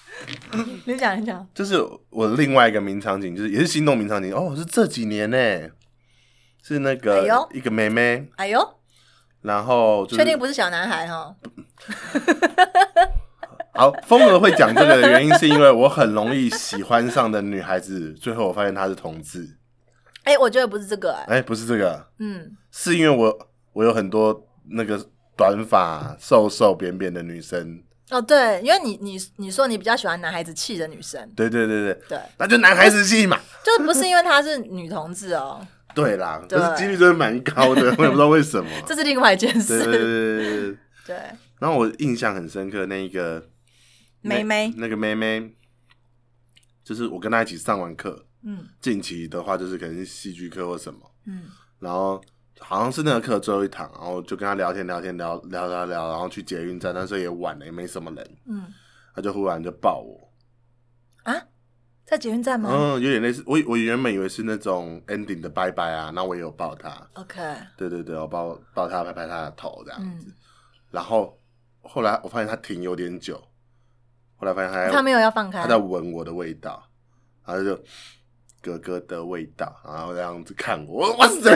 Speaker 2: 你讲，你讲。
Speaker 1: 就是我另外一个名场景，就是也是心动名场景哦，是这几年呢、是那
Speaker 2: 哎
Speaker 1: 个、
Speaker 2: 呦
Speaker 1: 一个妹妹，
Speaker 2: 哎呦，
Speaker 1: 然后就是
Speaker 2: 确定不是小男孩哈？
Speaker 1: 好，风儿会讲这个的原因是因为我很容易喜欢上的女孩子，最后我发现她是同志。
Speaker 2: 哎、我觉得不是这个、哎，
Speaker 1: 哎、不是这个，
Speaker 2: 嗯，
Speaker 1: 是因为我我有很多那个短发、瘦瘦、扁扁的女生，
Speaker 2: 哦，对，因为你你你说你比较喜欢男孩子气的女生，
Speaker 1: 对对对对，
Speaker 2: 对，
Speaker 1: 那就男孩子气嘛。
Speaker 2: 就不是因为她是女同志哦，
Speaker 1: 对啦，
Speaker 2: 对
Speaker 1: 可是几率真的蛮高的，我也不知道为什么。啊
Speaker 2: 这是另外一件
Speaker 1: 对
Speaker 2: 事。
Speaker 1: 对对对对 对。
Speaker 2: 对
Speaker 1: 然后我印象很深刻，那一个
Speaker 2: 妹妹
Speaker 1: 那，那个妹妹，就是我跟她一起上完课，
Speaker 2: 嗯
Speaker 1: 近期的话就是可能是戏剧课或什么，
Speaker 2: 嗯
Speaker 1: 然后好像是那个课最后一堂，然后就跟她聊天聊天聊聊聊聊，然后去捷运站，但是也晚了，也没什么人，
Speaker 2: 嗯
Speaker 1: 她就忽然就抱我，
Speaker 2: 啊，在捷运站吗、
Speaker 1: 嗯，有点类似我我原本以为是那种 ending 的拜拜啊，那我也有抱她，
Speaker 2: o k
Speaker 1: 对对对，我抱抱她拍拍她的头这样子，
Speaker 2: 嗯
Speaker 1: 然后后来我发现她停有点久，后来发现她在
Speaker 2: 她没有要放开
Speaker 1: 他，在闻我的味道，然后就哥哥的味道，然后这样子看我，哇塞，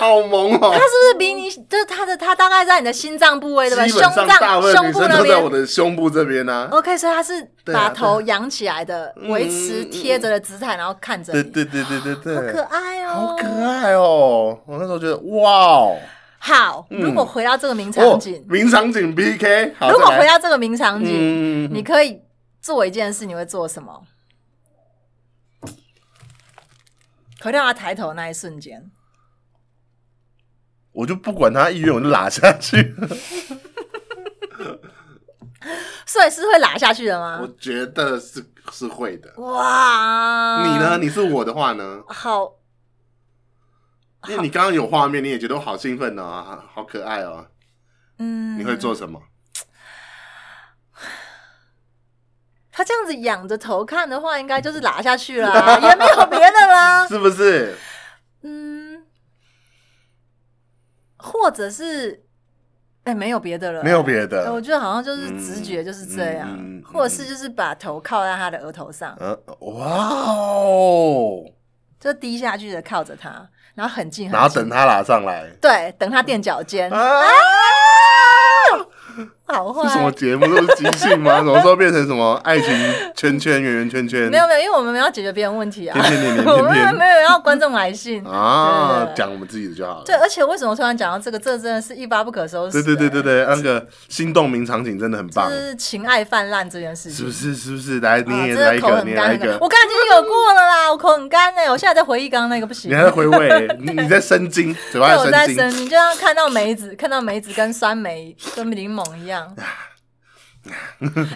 Speaker 1: 好萌哦、
Speaker 2: 她是不是比你就是她的她大概在你的心脏部位对吧？
Speaker 1: 基
Speaker 2: 胸
Speaker 1: 本上大部
Speaker 2: 脏
Speaker 1: 分女
Speaker 2: 胸部
Speaker 1: 生
Speaker 2: 那
Speaker 1: 都在我
Speaker 2: 边。
Speaker 1: 的胸部这边呢、啊。
Speaker 2: OK，所以她是
Speaker 1: 对啊
Speaker 2: 把
Speaker 1: 对啊
Speaker 2: 头扬起来的，维持贴着的姿态，然后看着
Speaker 1: 对
Speaker 2: 你，
Speaker 1: 对对对对对，
Speaker 2: 好可爱哦，
Speaker 1: 好可爱哦、我那时候觉得哇哦，
Speaker 2: 好，如果回到这个名场景
Speaker 1: 哦，名场景 PK，好，
Speaker 2: 如果
Speaker 1: 再来
Speaker 2: 回到这个名场景，
Speaker 1: 哦嗯，
Speaker 2: 你可以做一件事，你会做什么？回到他抬头那一瞬间，
Speaker 1: 我就不管他意愿，我就拉下去。
Speaker 2: 所以是会拉下去的吗
Speaker 1: 我？觉得是是会的。
Speaker 2: 哇，
Speaker 1: 你呢？？你是我的话呢？
Speaker 2: 好，
Speaker 1: 因为你刚刚有画面，你也觉得我好兴奋哦，好好可爱哦。
Speaker 2: 嗯，
Speaker 1: 你会做什么？
Speaker 2: 他这样子仰着头看的话，应该就是拉下去了 啊，也没有别的啦。
Speaker 1: 是不是？
Speaker 2: 嗯，或者是，哎、没有别的了，
Speaker 1: 没有别的
Speaker 2: 呃我觉得好像就是直觉就是这
Speaker 1: 嗯
Speaker 2: 样，
Speaker 1: 嗯嗯嗯
Speaker 2: 或者是就是把头靠在他的额头上，
Speaker 1: 嗯，哇哦！
Speaker 2: 就低下去的靠着他，然后很近很近，
Speaker 1: 然后等他拉上来
Speaker 2: 对，等他垫脚尖，
Speaker 1: 啊！
Speaker 2: 好坏
Speaker 1: 是。什么节目？都是即兴 吗？什么时候变成什么爱情圈圈、圆圆圈圈？
Speaker 2: 没有没有，因为我们没有要解决别人问题啊，
Speaker 1: 偏偏偏偏偏
Speaker 2: 我们没有要观众来信。对
Speaker 1: 啊
Speaker 2: 对，对
Speaker 1: 讲我们自己的就好了
Speaker 2: 对，。而且为什么突然讲到这个？这真的是一发不可收拾、欸
Speaker 1: 对对对对
Speaker 2: 对，
Speaker 1: 对，那个心动名场景真的很棒
Speaker 2: 就，是情爱泛滥这件事情，
Speaker 1: 是不是？是不是？来，你
Speaker 2: 啊
Speaker 1: 也
Speaker 2: 真
Speaker 1: 来
Speaker 2: 的
Speaker 1: 一
Speaker 2: 口
Speaker 1: 个，
Speaker 2: 很
Speaker 1: 你
Speaker 2: 干，
Speaker 1: 也来一
Speaker 2: 很干
Speaker 1: 个，
Speaker 2: 我刚才已经有过了啦，我口很干呢、我现在在回忆刚刚那个不行。
Speaker 1: 你还在回味，你你在生津，嘴巴
Speaker 2: 对，我在
Speaker 1: 在生
Speaker 2: 生
Speaker 1: 津。
Speaker 2: 你就像看到梅子，看到梅子跟酸梅跟柠檬 一样。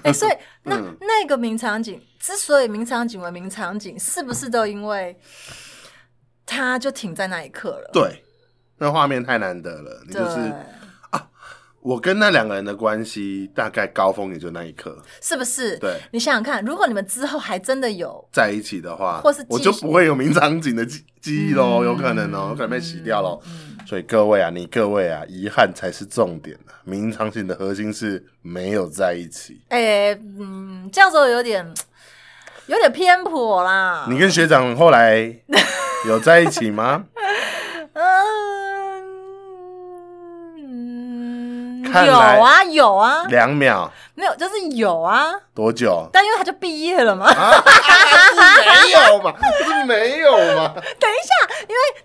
Speaker 2: 哎、所以那、
Speaker 1: 嗯
Speaker 2: 那个名场景之所以名场景为名场景，是不是都因为它就停在那一刻了？
Speaker 1: 对，那画面太难得了，你
Speaker 2: 对，
Speaker 1: 就是我跟那两个人的关系，大概高峰也就那一刻。
Speaker 2: 是不是？
Speaker 1: 对，
Speaker 2: 你想想看，如果你们之后还真的有，
Speaker 1: 在一起的话，
Speaker 2: 或是记
Speaker 1: 我就不会有名场景的记记忆喽，有可能
Speaker 2: 嗯
Speaker 1: 哦，有可能被洗掉喽。所以各位啊，你各位啊，遗憾才是重点啊名场景的核心是没有在一起。
Speaker 2: 哎、嗯，这样说有点有点偏颇啦。
Speaker 1: 你跟学长后来有在一起 吗？
Speaker 2: 嗯，
Speaker 1: 看
Speaker 2: 有
Speaker 1: 来
Speaker 2: 啊有啊，
Speaker 1: 两秒
Speaker 2: 没有就是有啊，
Speaker 1: 多久？
Speaker 2: 但因为他就毕业了嘛，
Speaker 1: 啊， 是没有嘛？是没有嘛？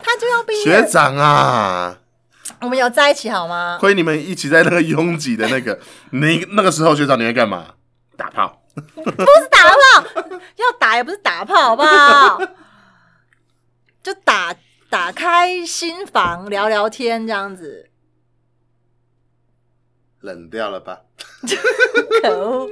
Speaker 2: 他就要毕
Speaker 1: 学
Speaker 2: 业，
Speaker 1: 长啊，
Speaker 2: 我们有在一起好吗？
Speaker 1: 亏你们一起在那个拥挤的那个， 你那个时候学长你会干嘛？打炮。
Speaker 2: 不是打炮，要打也不是打炮，好不好？ 就打打开心房聊聊天这样子，
Speaker 1: 冷掉了吧？
Speaker 2: 可恶！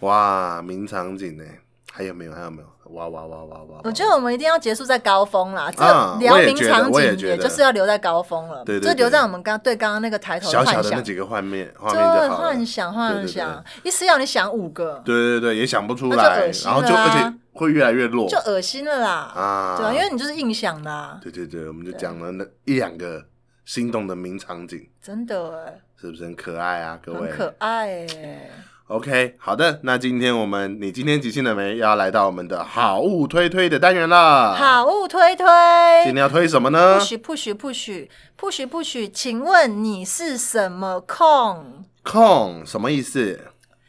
Speaker 1: 哇，名场景呢？还有没有？还有没有？哇哇哇哇哇！
Speaker 2: 我觉得我们一定要结束在高峰啦，这
Speaker 1: 啊
Speaker 2: 个聊
Speaker 1: 我也
Speaker 2: 名
Speaker 1: 觉得
Speaker 2: 场
Speaker 1: 我
Speaker 2: 景
Speaker 1: 也觉得
Speaker 2: 也就是要留在高峰了，
Speaker 1: 对对对
Speaker 2: 就留在我们刚对刚刚那个抬头
Speaker 1: 小
Speaker 2: 的
Speaker 1: 小
Speaker 2: 幻
Speaker 1: 的
Speaker 2: 想
Speaker 1: 那。几个画面，画面
Speaker 2: 对，
Speaker 1: 就好了。
Speaker 2: 幻想幻
Speaker 1: 对对
Speaker 2: 想，一次要你想五个，
Speaker 1: 对对对，也想不出
Speaker 2: 那就
Speaker 1: 来
Speaker 2: 恶，心
Speaker 1: 然后就
Speaker 2: 了
Speaker 1: 而
Speaker 2: 啊
Speaker 1: 且会越来越弱
Speaker 2: 就恶心了啦。
Speaker 1: 啊。
Speaker 2: 对啊，因为你就是硬想的啊，
Speaker 1: 对对对，我们就讲了那一两个心动的名场景，
Speaker 2: 真的
Speaker 1: 是不是很可爱啊？各
Speaker 2: 哎，
Speaker 1: 位
Speaker 2: 很可爱哎。
Speaker 1: ，OK，好的，那今天我们你今天即兴了没？要来到我们的好物推推的单元了。，
Speaker 2: 好物推推
Speaker 1: 啊今天要推什么呢？
Speaker 2: ，push push push push push，请问你是什么控？
Speaker 1: 控什么意思？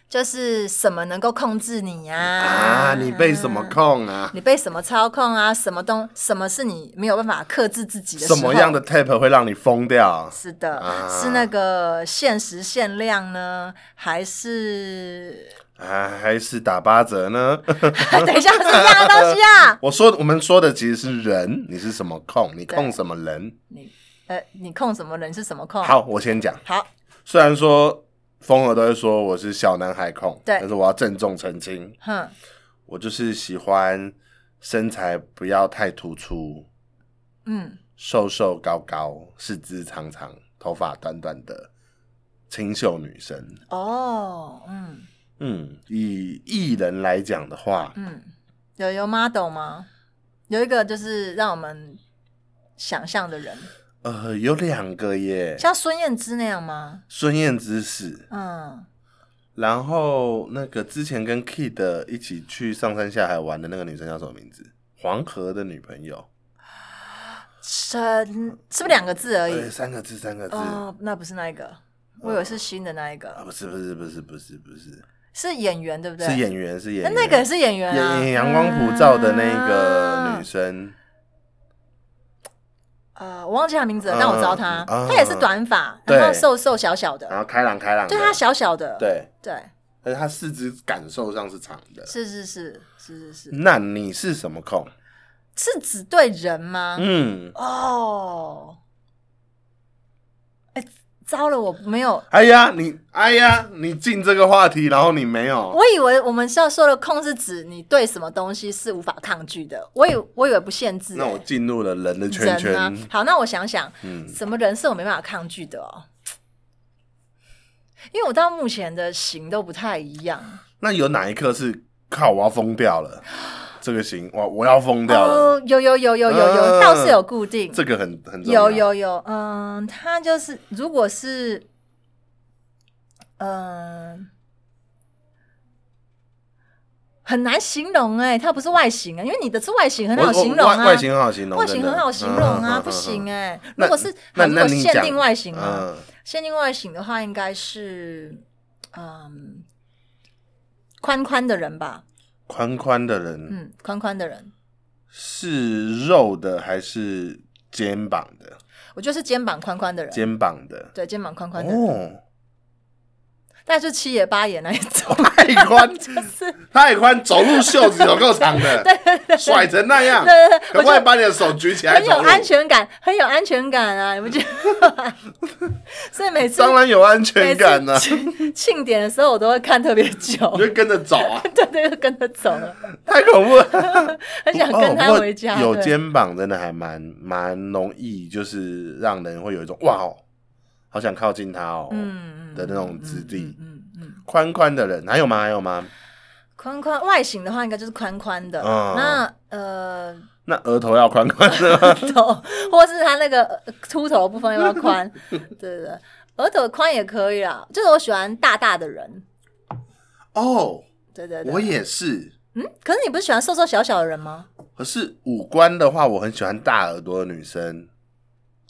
Speaker 2: 就是什么能够控制你呀、
Speaker 1: 啊，你被什么控啊？
Speaker 2: 你被什么操控啊？什么东什么是你没有办法克制自己的时
Speaker 1: 什
Speaker 2: 候？
Speaker 1: 么样的 tape 会让你疯掉？
Speaker 2: 是的，
Speaker 1: 啊
Speaker 2: 是那个限时限量呢，还是
Speaker 1: 啊，还是打八折呢？
Speaker 2: 等一下是这样的东西啊？
Speaker 1: 我说我们说的其实是人，你是什么控？你控什么人？
Speaker 2: 你呃，你控什么人是什么控？，
Speaker 1: 好，我先讲。
Speaker 2: 好，
Speaker 1: 虽然说风儿都会说我是小男孩控，
Speaker 2: 对
Speaker 1: 但是我要郑重澄清，
Speaker 2: 哼，
Speaker 1: 我就是喜欢身材不要太突出，
Speaker 2: 嗯，
Speaker 1: 瘦瘦高高，四肢长长，头发短短的清秀女生。
Speaker 2: 嗯哦，嗯
Speaker 1: 嗯，以艺人来讲的话，
Speaker 2: 嗯，有有 model 吗？有一个就是让我们想象的人，
Speaker 1: 呃，有两个耶，
Speaker 2: 像孙燕姿那样吗？
Speaker 1: 孙燕姿是，
Speaker 2: 嗯，
Speaker 1: 然后那个之前跟 Kid 一起去上山下海玩的那个女生叫什么名字？黄河的女朋友，
Speaker 2: 真是不是两个字而
Speaker 1: 对，
Speaker 2: 已？
Speaker 1: 哎三个字，三个字。
Speaker 2: 哦，那不是那一个，我以为是新的那一个
Speaker 1: 啊，，不是不是不是不是不是，
Speaker 2: 是演员对不对？
Speaker 1: 是演员是演
Speaker 2: 那
Speaker 1: 员，
Speaker 2: 那个也是演员
Speaker 1: 演
Speaker 2: 啊，嗯
Speaker 1: 演阳光普照的那个女
Speaker 2: 生
Speaker 1: 生，
Speaker 2: 啊，我忘记她名字了，
Speaker 1: 嗯
Speaker 2: 但我知道她，
Speaker 1: 嗯
Speaker 2: 她也是短发，
Speaker 1: 对
Speaker 2: 然后瘦瘦小小
Speaker 1: 然
Speaker 2: 的，
Speaker 1: 后开朗开朗的，
Speaker 2: 对，她小小的，
Speaker 1: 对，
Speaker 2: 对，
Speaker 1: 但是她四肢感受上是长的。
Speaker 2: 是是是是是是，
Speaker 1: 那你是什么控？
Speaker 2: 是只对人吗？
Speaker 1: 嗯，
Speaker 2: 哦，哎，糟了，我没有。
Speaker 1: 哎呀，你哎呀，你进这个话题，然后你没有，
Speaker 2: 我以为我们是要说的控是指你对什么东西是无法抗拒的，我以我以为不限制、
Speaker 1: 那我
Speaker 2: 哎
Speaker 1: 进入了人的圈圈
Speaker 2: 人。啊。好，那我想想，
Speaker 1: 嗯
Speaker 2: 什么人是我没办法抗拒的哦？因为我到目前的型都不太一样
Speaker 1: 那有哪一刻是靠我要疯掉了？这个行，我我要疯掉了，
Speaker 2: 哦，有有有有有有，
Speaker 1: 嗯
Speaker 2: 倒是有固定，
Speaker 1: 这个很很重要。
Speaker 2: 有有有，嗯，他就是如果是，嗯，很难形容哎、它不是外形啊、因为你的是外形很
Speaker 1: 我，
Speaker 2: 好
Speaker 1: 我
Speaker 2: 形容啊，
Speaker 1: 外外形很好形容，
Speaker 2: 外形
Speaker 1: 真的嗯
Speaker 2: 很好形容啊，不行。哎、
Speaker 1: 那
Speaker 2: 如果是
Speaker 1: 那
Speaker 2: 好如
Speaker 1: 那
Speaker 2: 果
Speaker 1: 你
Speaker 2: 限
Speaker 1: 讲
Speaker 2: 定外形
Speaker 1: 嗯
Speaker 2: 啊，
Speaker 1: 嗯，
Speaker 2: 限定外形的话应该是，嗯，宽宽的人吧，
Speaker 1: 宽宽的人
Speaker 2: 嗯，宽宽的人，
Speaker 1: 是肉的还是肩膀的？
Speaker 2: 我就是肩膀宽宽的人，
Speaker 1: 肩膀的
Speaker 2: 对，嗯肩膀宽宽的人，
Speaker 1: 哦，
Speaker 2: 但是七爷八爷那一种。
Speaker 1: 太宽
Speaker 2: 就是
Speaker 1: 太宽，走路袖子有够长 的，甩成那样
Speaker 2: 对对对，
Speaker 1: 可不可以把你的手举起来
Speaker 2: 很有
Speaker 1: 走路？
Speaker 2: 安全感，很有安全感啊！你不觉 得吗？所以每次
Speaker 1: 当然有安全感啊
Speaker 2: 每
Speaker 1: 呐，
Speaker 2: 次庆庆典的时候，我都会看特别久
Speaker 1: 你，就跟着走 啊，
Speaker 2: 对对，就跟着走了，
Speaker 1: 太恐怖了。
Speaker 2: 很想
Speaker 1: 哦
Speaker 2: 跟
Speaker 1: 不
Speaker 2: 他
Speaker 1: 过
Speaker 2: 回家。
Speaker 1: 有
Speaker 2: 对
Speaker 1: 肩膀真的还蛮蛮容易，就是让人会有一种哇哦，好想靠近他哦，
Speaker 2: 嗯嗯
Speaker 1: 的那种质地。
Speaker 2: 嗯嗯嗯，
Speaker 1: 宽宽的人还有吗？还有吗？
Speaker 2: 宽宽外形的话，应该就是宽宽的。
Speaker 1: 嗯
Speaker 2: 那呃，
Speaker 1: 那额头要宽宽 的吗
Speaker 2: 头或是他那个呃秃头的部分要不要宽？ 对对对，额头宽也可以啦。就是我喜欢大大的人。
Speaker 1: 哦，
Speaker 2: 对对对，
Speaker 1: 我也是。
Speaker 2: 嗯，可是你不是喜欢瘦瘦小小的人吗？
Speaker 1: 可是五官的话，我很喜欢大耳朵的女生。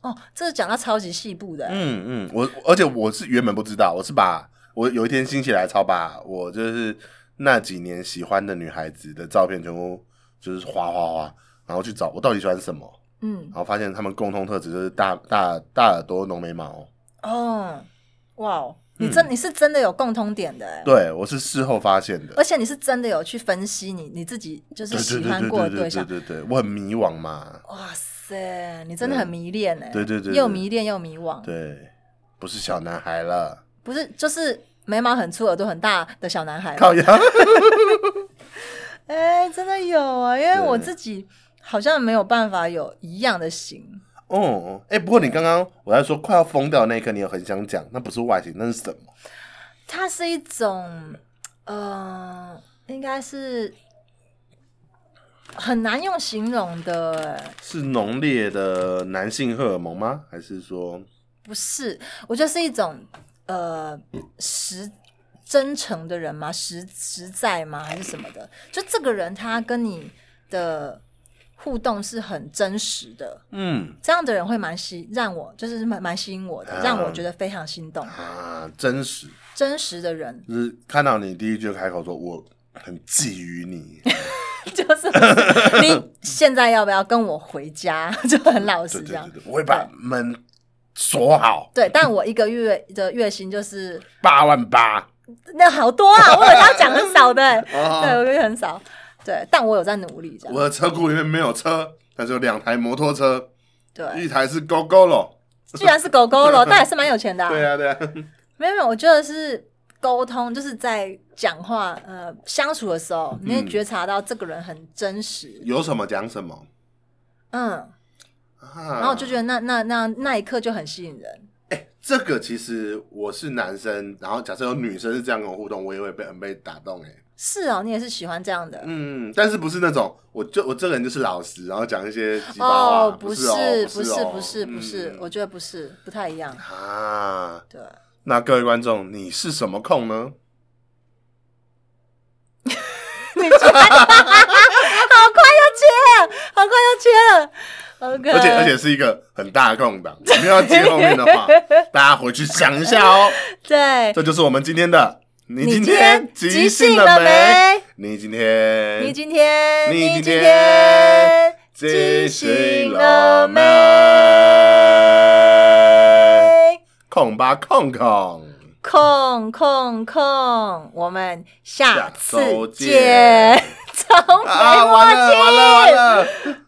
Speaker 2: 哦，这是讲到超级细部的、欸。
Speaker 1: 嗯嗯，我而且我是原本不知道，我是把我有一天心血来潮，把我就是那几年喜欢的女孩子的照片全部就是划划划，然后去找我到底喜欢什么，
Speaker 2: 嗯
Speaker 1: 然，后发现她们共同特质就是大大大耳朵、浓眉毛。
Speaker 2: 哦，哇哦，
Speaker 1: 嗯
Speaker 2: 你真、你是真的有共通点的哎，
Speaker 1: 对我是事后发现的
Speaker 2: 而。且你是真的有去分析你你自己就是
Speaker 1: 对
Speaker 2: 喜
Speaker 1: 对
Speaker 2: 欢
Speaker 1: 对
Speaker 2: 过
Speaker 1: 对
Speaker 2: 的
Speaker 1: 对对
Speaker 2: 象
Speaker 1: 对。对对，我很迷惘嘛。
Speaker 2: 哇塞，你真的很迷恋哎，
Speaker 1: 对对对对
Speaker 2: 又迷恋又迷惘，
Speaker 1: 对，不是小男孩了，
Speaker 2: 不是就是眉毛很粗、耳朵很大的小男孩吗。
Speaker 1: 靠呀。
Speaker 2: 哎，真的有啊，因为
Speaker 1: 对
Speaker 2: 我自己好像没有办法有一样的型。
Speaker 1: 哦，哎、不过你刚刚我在说快要疯掉的那一刻，你有很想讲，那不是外形，那是什么？
Speaker 2: 它是一种，呃，应该是很难用形容的、欸，
Speaker 1: 是浓烈的男性荷尔蒙吗？还是说，
Speaker 2: 不是，我觉得是一种呃实真诚的人吗？实实在吗？还是什么的？就这个人他跟你的互动是很真实的，
Speaker 1: 嗯
Speaker 2: 这样的人会蛮吸让我就是蛮蛮吸引我的，
Speaker 1: 啊
Speaker 2: 让我觉得非常心动。
Speaker 1: 啊，真实，
Speaker 2: 真实的人，
Speaker 1: 就是看到你第一句就开口说我很觊觎你，
Speaker 2: 就是 你现在要不要跟我回家， 就很老
Speaker 1: 对
Speaker 2: 实这
Speaker 1: 对
Speaker 2: 样
Speaker 1: 对。对，我会把门锁好，
Speaker 2: 对，但我一个月的月薪就是
Speaker 1: 八万八。
Speaker 2: 那好 多啊，我有要讲很少的、对，
Speaker 1: 哦，
Speaker 2: 我觉得很少。对，但我有在努力这样。
Speaker 1: 我的车库里面没有车，但是有两台摩托车，
Speaker 2: 对，
Speaker 1: 一台是 GoGo 了。
Speaker 2: 居然是狗狗了，但也是蛮有钱的、
Speaker 1: 对啊，对啊，
Speaker 2: 没有没有，我觉得是沟通，就是在讲话呃相处的时候，你会
Speaker 1: 嗯
Speaker 2: 觉察到这个人很真实。
Speaker 1: 有什么讲什么。
Speaker 2: 嗯，
Speaker 1: 啊哎
Speaker 2: 然后我就觉得那那那那一刻就很吸引人。
Speaker 1: 这个其实我是男生，然后假设有女生是这样跟我互动，我也会被很被打动哎、
Speaker 2: 是哦，你也是喜欢这样的。
Speaker 1: 嗯，但是不是那种我就我这个人就是老实，然后讲一些鸡巴话，
Speaker 2: 哦，
Speaker 1: 不
Speaker 2: 是，
Speaker 1: 哦，
Speaker 2: 不
Speaker 1: 是哦
Speaker 2: 不是，不是
Speaker 1: 嗯，
Speaker 2: 我觉得不是，不太一样。
Speaker 1: 啊，
Speaker 2: 对，
Speaker 1: 那各位观众，你是什么控呢？
Speaker 2: 好快要切了，OK。
Speaker 1: 而且而且是一个很大的空档，我们要接后面的 话，大家回去想一下哦。
Speaker 2: 对，
Speaker 1: 这就是我们今天的，你今即
Speaker 2: 即
Speaker 1: 兴
Speaker 2: 兴了
Speaker 1: 没？
Speaker 2: 没？
Speaker 1: 你今天
Speaker 2: 你今天，
Speaker 1: 你今
Speaker 2: 今
Speaker 1: 天
Speaker 2: 天
Speaker 1: 即
Speaker 2: 即
Speaker 1: 兴
Speaker 2: 兴
Speaker 1: 了
Speaker 2: 了
Speaker 1: 没？
Speaker 2: 没？
Speaker 1: 控吧控控。
Speaker 2: 空空空，我们下
Speaker 1: 下周
Speaker 2: 次
Speaker 1: 见
Speaker 2: 见，从没
Speaker 1: 啊，完了
Speaker 2: 默契。
Speaker 1: 完了完了！